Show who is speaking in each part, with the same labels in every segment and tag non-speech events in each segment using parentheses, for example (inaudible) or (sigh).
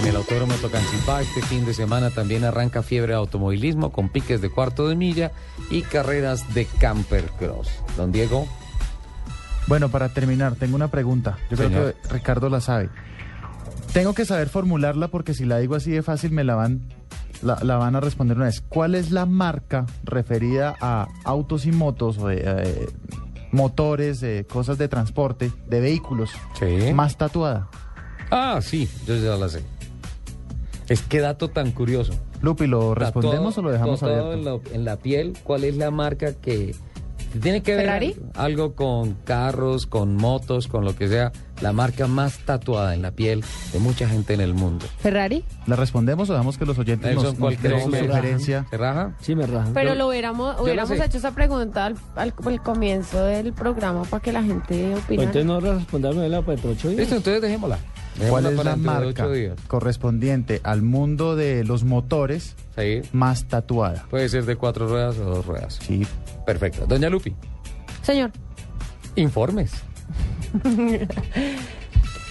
Speaker 1: En el Autódromo Tocancipá este fin de semana también arranca fiebre de automovilismo con piques de cuarto de milla y carreras de camper cross. Don Diego.
Speaker 2: Bueno, para terminar, tengo una pregunta. Yo
Speaker 1: Señor.
Speaker 2: creo que Ricardo la sabe. Tengo que saber formularla porque si la digo así de fácil me la van, la, la van a responder una vez. ¿Cuál es la marca referida a autos y motos o de, eh, motores, eh, cosas de transporte, de vehículos
Speaker 1: Sí.
Speaker 2: más tatuada?
Speaker 1: Ah, sí, yo ya la sé. Es que dato tan curioso.
Speaker 2: Lupi, ¿lo respondemos
Speaker 1: Tatuado-
Speaker 2: o lo dejamos
Speaker 1: tatuado
Speaker 2: abierto?
Speaker 1: En la, en la piel, ¿cuál es la marca que tiene que ver
Speaker 3: ¿Ferrari?
Speaker 1: algo con carros, con motos, con lo que sea? La marca más tatuada en la piel de mucha gente en el mundo.
Speaker 3: Ferrari.
Speaker 2: ¿La respondemos o dejamos que los oyentes
Speaker 1: Nelson,
Speaker 2: nos, nos
Speaker 1: ¿cuál
Speaker 2: den
Speaker 1: cree
Speaker 2: su
Speaker 1: que-
Speaker 2: sugerencia?
Speaker 1: ¿Se raja?
Speaker 4: Sí, me rajan.
Speaker 3: Pero
Speaker 1: Yo-
Speaker 3: lo hubiéramos,
Speaker 1: yo
Speaker 3: hubiéramos
Speaker 1: lo sé.
Speaker 3: hecho esa pregunta al, al- al comienzo del programa para que la gente
Speaker 4: Pues
Speaker 3: opine.
Speaker 4: entonces no responderme la para dentro de ocho días.
Speaker 1: Listo, entonces dejémosla.
Speaker 2: ¿Cuál
Speaker 1: Dejémosla
Speaker 2: es
Speaker 1: para
Speaker 2: la
Speaker 1: dentro de
Speaker 2: marca
Speaker 1: ocho días.
Speaker 2: correspondiente al mundo de los motores
Speaker 1: Sí.
Speaker 2: más tatuada?
Speaker 1: Puede ser de cuatro ruedas o dos ruedas.
Speaker 2: Sí,
Speaker 1: Perfecto. Doña Lupi,
Speaker 3: Señor,
Speaker 1: informes.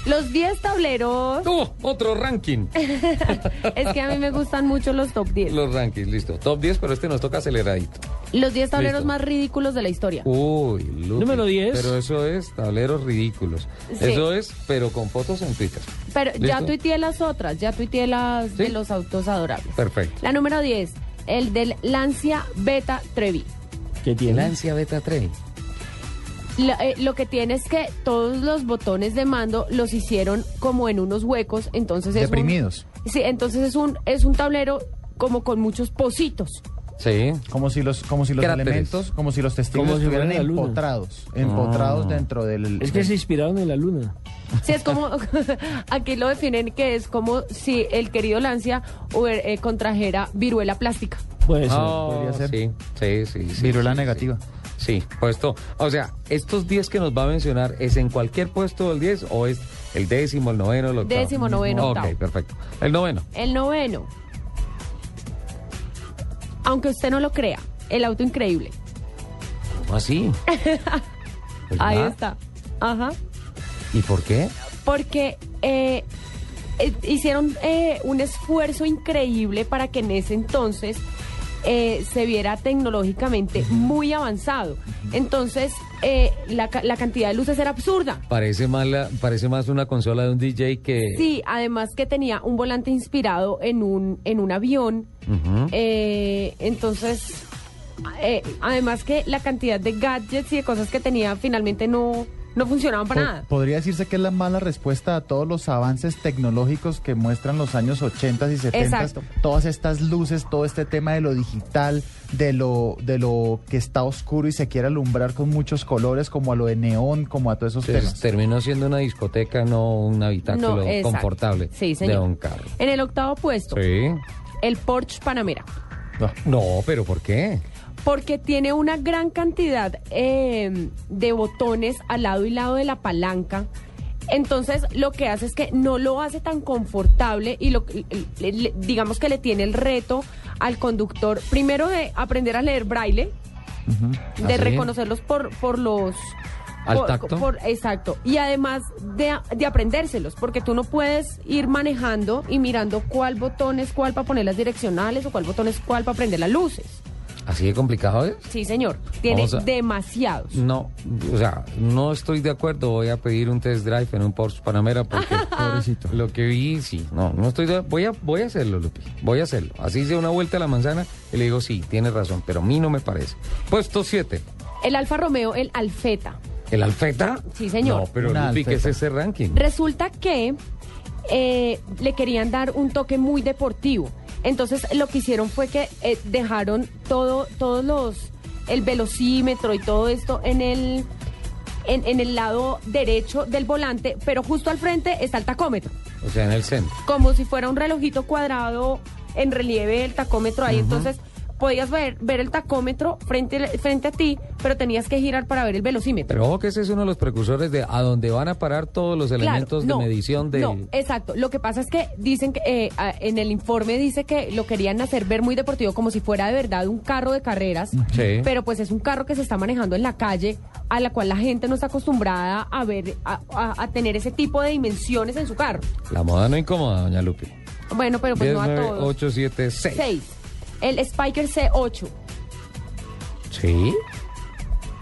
Speaker 3: los 10
Speaker 1: (laughs)
Speaker 3: tableros.
Speaker 1: ¡Oh! Otro ranking.
Speaker 3: es que a mí me gustan mucho los top 10.
Speaker 1: Los rankings, listo. Top 10, pero este nos toca aceleradito.
Speaker 3: Los 10 tableros
Speaker 1: Listo.
Speaker 3: más ridículos de la historia.
Speaker 1: Uy, Lupi.
Speaker 4: Número 10.
Speaker 1: Pero eso es tableros ridículos.
Speaker 3: Sí.
Speaker 1: Eso es, pero con fotos en Twitter.
Speaker 3: Pero ya
Speaker 1: ¿Listo?
Speaker 3: tuiteé las otras, ya tuiteé las de
Speaker 1: Sí.
Speaker 3: los autos adorables.
Speaker 1: Perfecto.
Speaker 3: La número 10, el del Lancia Beta Trevi.
Speaker 4: ¿Qué
Speaker 1: El
Speaker 4: tiene?
Speaker 1: ansia Beta 3.
Speaker 3: La- eh, lo que tiene es que todos los botones de mando los hicieron como en unos huecos, entonces es un-
Speaker 2: deprimidos.
Speaker 3: sí, entonces es un es un tablero como con muchos pocitos.
Speaker 1: Sí.
Speaker 2: Como si los, como si los
Speaker 1: Cráteres.
Speaker 2: elementos, como si los testigos
Speaker 4: Como si fuera
Speaker 2: estuvieran
Speaker 4: la luna.
Speaker 2: empotrados,
Speaker 3: Ah.
Speaker 2: empotrados dentro del...
Speaker 4: Es que se inspiraron en la luna.
Speaker 3: Sí, es como (laughs) aquí lo definen que es como si el querido Lancia hubiera- eh, contrajera viruela plástica.
Speaker 4: Puede ser.
Speaker 1: Oh,
Speaker 2: podría ser.
Speaker 1: Sí, sí, sí. sí,
Speaker 2: Viruela
Speaker 1: sí,
Speaker 2: negativa.
Speaker 1: Sí, Sí, puesto. O sea, estos 10 que nos va a mencionar, ¿es en cualquier puesto del 10 o es el décimo, el noveno, el octavo?
Speaker 3: Décimo, noveno,
Speaker 1: Ok,
Speaker 3: octavo.
Speaker 1: perfecto. El noveno.
Speaker 3: El noveno. Aunque usted no lo crea, el auto increíble.
Speaker 1: ¿Cómo
Speaker 3: (laughs)
Speaker 1: así? Pues
Speaker 3: Ahí
Speaker 1: ¿Verdad?
Speaker 3: está. Ajá.
Speaker 1: ¿Y por qué?
Speaker 3: porque eh, eh, hicieron eh, un esfuerzo increíble para que en ese entonces eh, se viera tecnológicamente muy avanzado. Entonces, eh, la, ca- la cantidad de luces era absurda.
Speaker 1: Parece más, la- parece más una consola de un DJ que...
Speaker 3: Sí, además que tenía un volante inspirado en un, en un avión.
Speaker 1: Ujú.
Speaker 3: Eh, entonces, eh, además que la cantidad de gadgets y de cosas que tenía finalmente no, no funcionaban para
Speaker 2: Po-
Speaker 3: nada.
Speaker 2: Podría decirse que es la mala respuesta a todos los avances tecnológicos que muestran los años 80 y 70.
Speaker 3: Exacto.
Speaker 2: Todas estas luces, todo este tema de lo digital, de lo, de lo que está oscuro y se quiere alumbrar con muchos colores, como a lo de neón, como a todos esos
Speaker 1: Entonces,
Speaker 2: temas.
Speaker 1: terminó siendo una discoteca, no un habitáculo
Speaker 3: exacto.
Speaker 1: confortable
Speaker 3: Sí,
Speaker 1: de
Speaker 3: señor.
Speaker 1: un carro.
Speaker 3: En el octavo puesto,
Speaker 1: Sí.
Speaker 3: el Porsche Panamera,
Speaker 1: No, pero ¿por qué?
Speaker 3: porque tiene una gran cantidad eh, de botones al lado y lado de la palanca. Entonces lo que hace es que no lo hace tan confortable y lo, le- le- digamos que le tiene el reto al conductor, primero de aprender a leer braille, de
Speaker 1: ¿Ah, sí?
Speaker 3: reconocerlos por, por los...
Speaker 1: ¿Al
Speaker 3: por-
Speaker 1: tacto?
Speaker 3: por- exacto. Y además de, de aprendérselos, porque tú no puedes ir manejando y mirando cuál botón es cuál para poner las direccionales o cuál botón es cuál para prender las luces.
Speaker 1: ¿Así de complicado es?
Speaker 3: Sí, señor. Tiene
Speaker 1: Vamos a-
Speaker 3: demasiados.
Speaker 1: No, o sea, no estoy de acuerdo. Voy a pedir un test drive en un Porsche Panamera
Speaker 3: (laughs)
Speaker 1: porque lo que vi, sí. No, no estoy de voy a Voy a hacerlo, Lupi. Voy a hacerlo. Así hice una vuelta a la manzana y le digo, sí, tiene razón, pero a mí no me parece. Puesto 7.
Speaker 3: El Alfa Romeo, el Alfeta.
Speaker 1: ¿El Alfeta?
Speaker 3: Sí, señor.
Speaker 1: No, pero
Speaker 2: Una
Speaker 1: Lupi, ¿qué es
Speaker 2: Alfeta.
Speaker 1: ese ranking?
Speaker 3: Resulta que eh, le querían dar un toque muy deportivo. Entonces lo que hicieron fue que eh, dejaron todo, todos los, el velocímetro y todo esto en el, en, en el lado derecho del volante, pero justo al frente está el tacómetro.
Speaker 1: O sea, en el centro.
Speaker 3: como si fuera un relojito cuadrado en relieve el tacómetro ahí. Entonces podías ver, ver el tacómetro frente, frente a ti, pero tenías que girar para ver el velocímetro.
Speaker 1: Pero ojo que ese es uno de los precursores de a dónde van a parar todos los
Speaker 3: Claro,
Speaker 1: elementos
Speaker 3: no,
Speaker 1: de medición del...
Speaker 3: No, eh. exacto. Lo que pasa es que dicen que eh, a- en el informe dice que lo querían hacer ver muy deportivo, como si fuera de verdad un carro de carreras.
Speaker 1: Sí.
Speaker 3: Pero pues es un carro que se está manejando en la calle, a la cual la gente no está acostumbrada a ver, a- a- a tener ese tipo de dimensiones en su carro.
Speaker 1: La moda no incomoda, doña Lupi.
Speaker 3: Bueno, pero pues no a todos.
Speaker 1: 10876.
Speaker 3: 6. El Spiker C8.
Speaker 1: ¿Sí?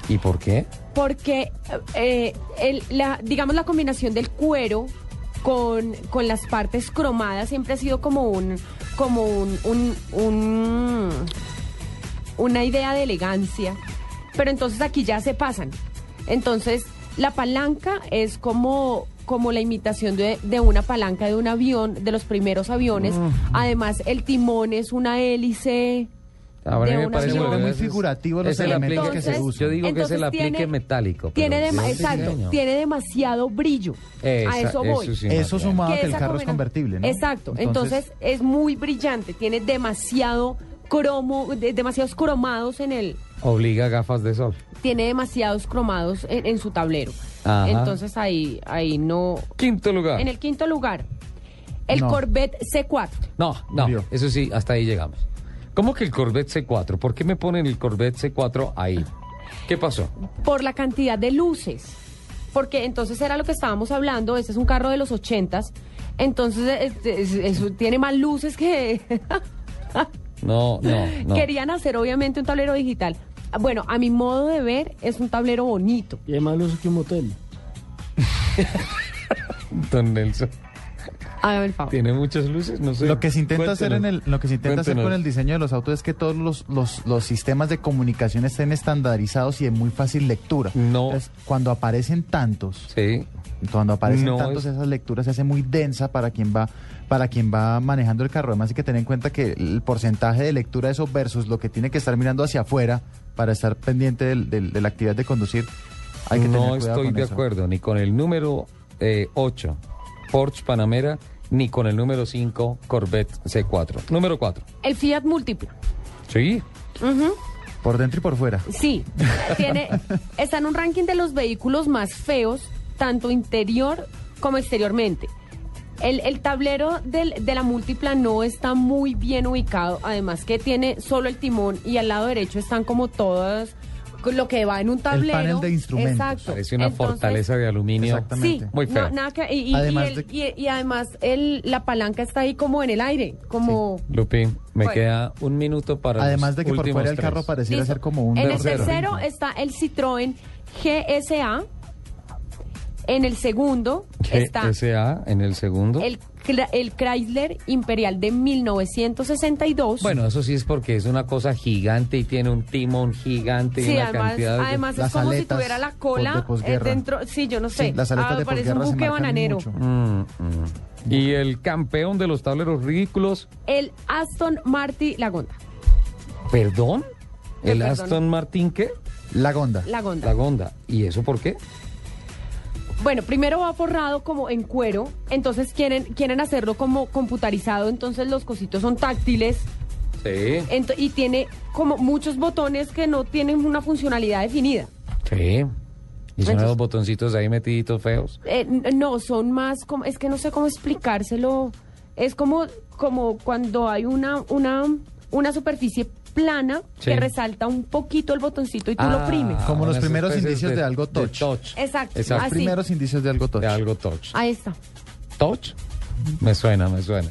Speaker 1: ¿Y por qué?
Speaker 3: Porque, eh, el- la, digamos, la combinación del cuero con, con las partes cromadas siempre ha sido como un. como un. un- un- una idea de elegancia. Pero entonces aquí ya se pasan. Entonces, la palanca es como como la imitación de, de una palanca de un avión, de los primeros aviones. Además, el timón es una hélice.
Speaker 1: Ahora
Speaker 3: De
Speaker 1: me
Speaker 3: un
Speaker 1: parece
Speaker 3: avión.
Speaker 1: que
Speaker 3: Muy
Speaker 1: ese es-
Speaker 2: figurativo los
Speaker 1: es el
Speaker 2: elementos
Speaker 1: aplique-
Speaker 2: que se usan.
Speaker 1: Yo digo que es el
Speaker 3: entonces
Speaker 1: aplique
Speaker 3: tiene-
Speaker 1: metálico.
Speaker 3: Tiene,
Speaker 1: pero-
Speaker 3: dema-
Speaker 1: sí,
Speaker 3: exacto,
Speaker 1: señor.
Speaker 3: tiene demasiado brillo.
Speaker 1: Esa-
Speaker 3: a eso voy.
Speaker 1: sí me
Speaker 2: Eso
Speaker 1: acuerdo.
Speaker 2: sumado a
Speaker 3: Que
Speaker 2: que el
Speaker 3: esa
Speaker 2: carro es
Speaker 3: combina-
Speaker 2: convertible, ¿no?
Speaker 3: Exacto. Entonces, es muy brillante, tiene demasiado cromo, de- demasiados cromados en el,
Speaker 1: Obliga a gafas de sol.
Speaker 3: tiene demasiados cromados en, en su tablero.
Speaker 1: Ajá.
Speaker 3: Entonces ahí, ahí no.
Speaker 1: Quinto lugar.
Speaker 3: En el quinto lugar, el
Speaker 2: No.
Speaker 3: Corvette C4.
Speaker 1: No, no,
Speaker 2: Murió.
Speaker 1: eso sí, hasta ahí llegamos. ¿Cómo que el Corvette C4? ¿Por qué me ponen el Corvette C4 ahí? ¿Qué pasó?
Speaker 3: por la cantidad de luces. Porque entonces era lo que estábamos hablando, este es un carro de los ochentas, entonces este, es- eso tiene más luces que...
Speaker 1: No, no, no.
Speaker 3: Querían hacer obviamente un tablero digital. Bueno, a mi modo de ver, es un tablero bonito.
Speaker 4: Y es más luso que un motel.
Speaker 1: Don Nelson,
Speaker 3: Hágame el favor.
Speaker 1: tiene muchas luces, no sé.
Speaker 2: Lo que se intenta hacer en
Speaker 1: Cuéntenos.
Speaker 2: el, lo que se intenta hacer con
Speaker 1: Cuéntenos.
Speaker 2: el diseño de los autos es que todos los, los, los sistemas de comunicación estén estandarizados y de muy fácil lectura.
Speaker 1: No.
Speaker 2: Entonces, cuando aparecen tantos,
Speaker 1: Sí.
Speaker 2: cuando aparecen
Speaker 1: No
Speaker 2: tantos
Speaker 1: es-
Speaker 2: esas lecturas se hace muy densa para quien va, para quien va manejando el carro. Además hay que tener en cuenta que el porcentaje de lectura de eso versus lo que tiene que estar mirando hacia afuera para estar pendiente del- del- de la actividad de conducir. Hay que
Speaker 1: no
Speaker 2: tener cuidado
Speaker 1: estoy
Speaker 2: con
Speaker 1: de
Speaker 2: eso.
Speaker 1: acuerdo ni con el número 8, Porsche Panamera, ni con el número 5, Corvette C4. Número 4.
Speaker 3: El Fiat Múltiple.
Speaker 1: Sí.
Speaker 2: Por dentro y por fuera.
Speaker 3: Sí, tiene, está en un ranking de los vehículos más feos, tanto interior como exteriormente. El, el tablero del- de la múltipla no está muy bien ubicado, además que tiene solo el timón y al lado derecho están como todas con lo que va en un tablero.
Speaker 2: panel de instrumentos.
Speaker 3: Exacto.
Speaker 1: Parece una
Speaker 3: Entonces,
Speaker 1: fortaleza de aluminio.
Speaker 2: Exactamente.
Speaker 3: Sí,
Speaker 1: Muy
Speaker 3: no,
Speaker 1: feo.
Speaker 3: nada que- y, y-
Speaker 2: Además
Speaker 3: y el-
Speaker 2: de-
Speaker 3: y- y además el- la palanca está ahí como en el aire, como...
Speaker 1: Lupi, me
Speaker 3: Bueno.
Speaker 1: queda un minuto para.
Speaker 2: Además
Speaker 1: los
Speaker 2: de que por
Speaker 1: últimos
Speaker 2: fuera el
Speaker 1: tres.
Speaker 2: carro pareciera
Speaker 3: Listo.
Speaker 2: ser como un
Speaker 3: En el
Speaker 2: berrinche.
Speaker 1: berrero.
Speaker 3: tercero está el Citroën GSA. En el segundo está
Speaker 1: GSA en el segundo.
Speaker 3: el, Cra- el Chrysler Imperial de 1962.
Speaker 1: Bueno, eso sí es porque es una cosa gigante y tiene un timón gigante y
Speaker 3: Sí,
Speaker 1: una
Speaker 3: además,
Speaker 1: cantidad de...
Speaker 3: además es
Speaker 2: Las
Speaker 3: como si
Speaker 2: aletas
Speaker 3: tuviera la
Speaker 2: de
Speaker 3: cola eh,
Speaker 2: posguerra.
Speaker 3: dentro. Sí, yo no sé.
Speaker 2: Sí, las aletas
Speaker 3: Ah,
Speaker 2: de
Speaker 3: parece un
Speaker 2: posguerra se
Speaker 3: buque
Speaker 2: marcan
Speaker 3: bananero.
Speaker 2: mucho.
Speaker 1: Mm, mm. Y el campeón de los tableros ridículos,
Speaker 3: El Aston Martin Lagonda.
Speaker 1: perdón,
Speaker 3: ¿Qué
Speaker 1: el
Speaker 3: perdón?
Speaker 1: Aston Martin, ¿qué?
Speaker 2: La gonda.
Speaker 3: Lagonda.
Speaker 1: La Gonda. ¿Y eso por qué?
Speaker 3: Bueno, primero va forrado como en cuero, entonces quieren, quieren hacerlo como computarizado, entonces los cositos son táctiles.
Speaker 1: Sí.
Speaker 3: Ento- y tiene como muchos botones que no tienen una funcionalidad definida.
Speaker 1: Sí. Y son
Speaker 3: Entonces-
Speaker 1: los botoncitos ahí metiditos feos.
Speaker 3: Eh, n- no, son más como, es que no sé cómo explicárselo. Es como, como cuando hay una, una, una superficie plana
Speaker 1: Sí.
Speaker 3: que resalta un poquito el botoncito y tú lo oprimes.
Speaker 2: Como los
Speaker 1: unas
Speaker 2: primeros
Speaker 1: Ah, especies
Speaker 2: indicios de algo touch.
Speaker 1: Exacto.
Speaker 3: Exacto. Así. Ah.
Speaker 2: Primeros indicios de algo touch.
Speaker 1: De algo touch.
Speaker 3: Ahí está.
Speaker 1: ¿Touch? Me suena, me suena.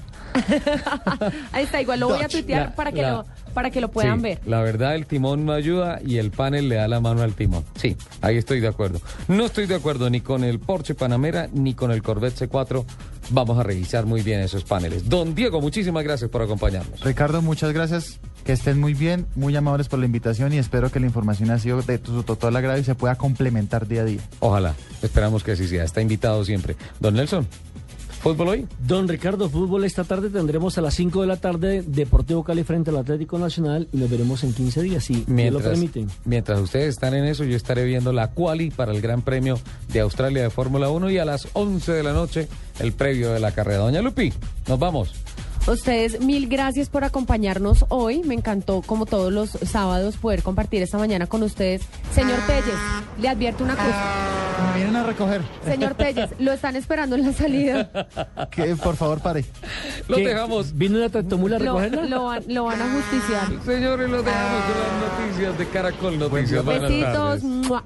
Speaker 3: Ahí está, igual lo voy a tuitear
Speaker 1: La-
Speaker 3: para que
Speaker 1: la-
Speaker 3: lo, para que lo puedan
Speaker 1: Sí,
Speaker 3: ver.
Speaker 1: La verdad, el timón no ayuda y el panel le da la mano al timón. Sí, ahí estoy de acuerdo. No estoy de acuerdo ni con el Porsche Panamera ni con el Corvette C4. Vamos a revisar muy bien esos paneles. Don Diego, muchísimas gracias por acompañarnos.
Speaker 2: Ricardo, muchas gracias. Que estén muy bien, muy amables por la invitación y espero que la información ha sido de tu total agrado y se pueda complementar día a día.
Speaker 1: Ojalá, esperamos que así sea. Está invitado siempre. Don Nelson, ¿Fútbol hoy?
Speaker 4: Don Ricardo, fútbol esta tarde tendremos a las 5 de la tarde Deportivo Cali frente al Atlético Nacional y nos veremos en 15 días, si me lo permiten.
Speaker 1: Mientras ustedes están en eso, yo estaré viendo la quali para el Gran Premio de Australia de Fórmula 1 y a las 11 de la noche el previo de la carrera. Doña Lupi, nos vamos.
Speaker 3: A Ustedes, mil gracias por acompañarnos hoy. Me encantó, como todos los sábados, poder compartir esta mañana con ustedes. Señor Telles, le advierto una cosa.
Speaker 2: Me vienen a recoger.
Speaker 3: Señor Telles, lo están esperando en la salida.
Speaker 2: Que por favor pare.
Speaker 1: Los
Speaker 4: ¿Qué?
Speaker 1: dejamos.
Speaker 4: ¿Vino una tractomula a
Speaker 3: Lo,
Speaker 4: recogerla?
Speaker 3: lo van, lo van a justiciar.
Speaker 1: Señores, los dejamos con las noticias de Caracol Noticias. Buenas
Speaker 3: Besitos.
Speaker 1: tardes.
Speaker 3: mua.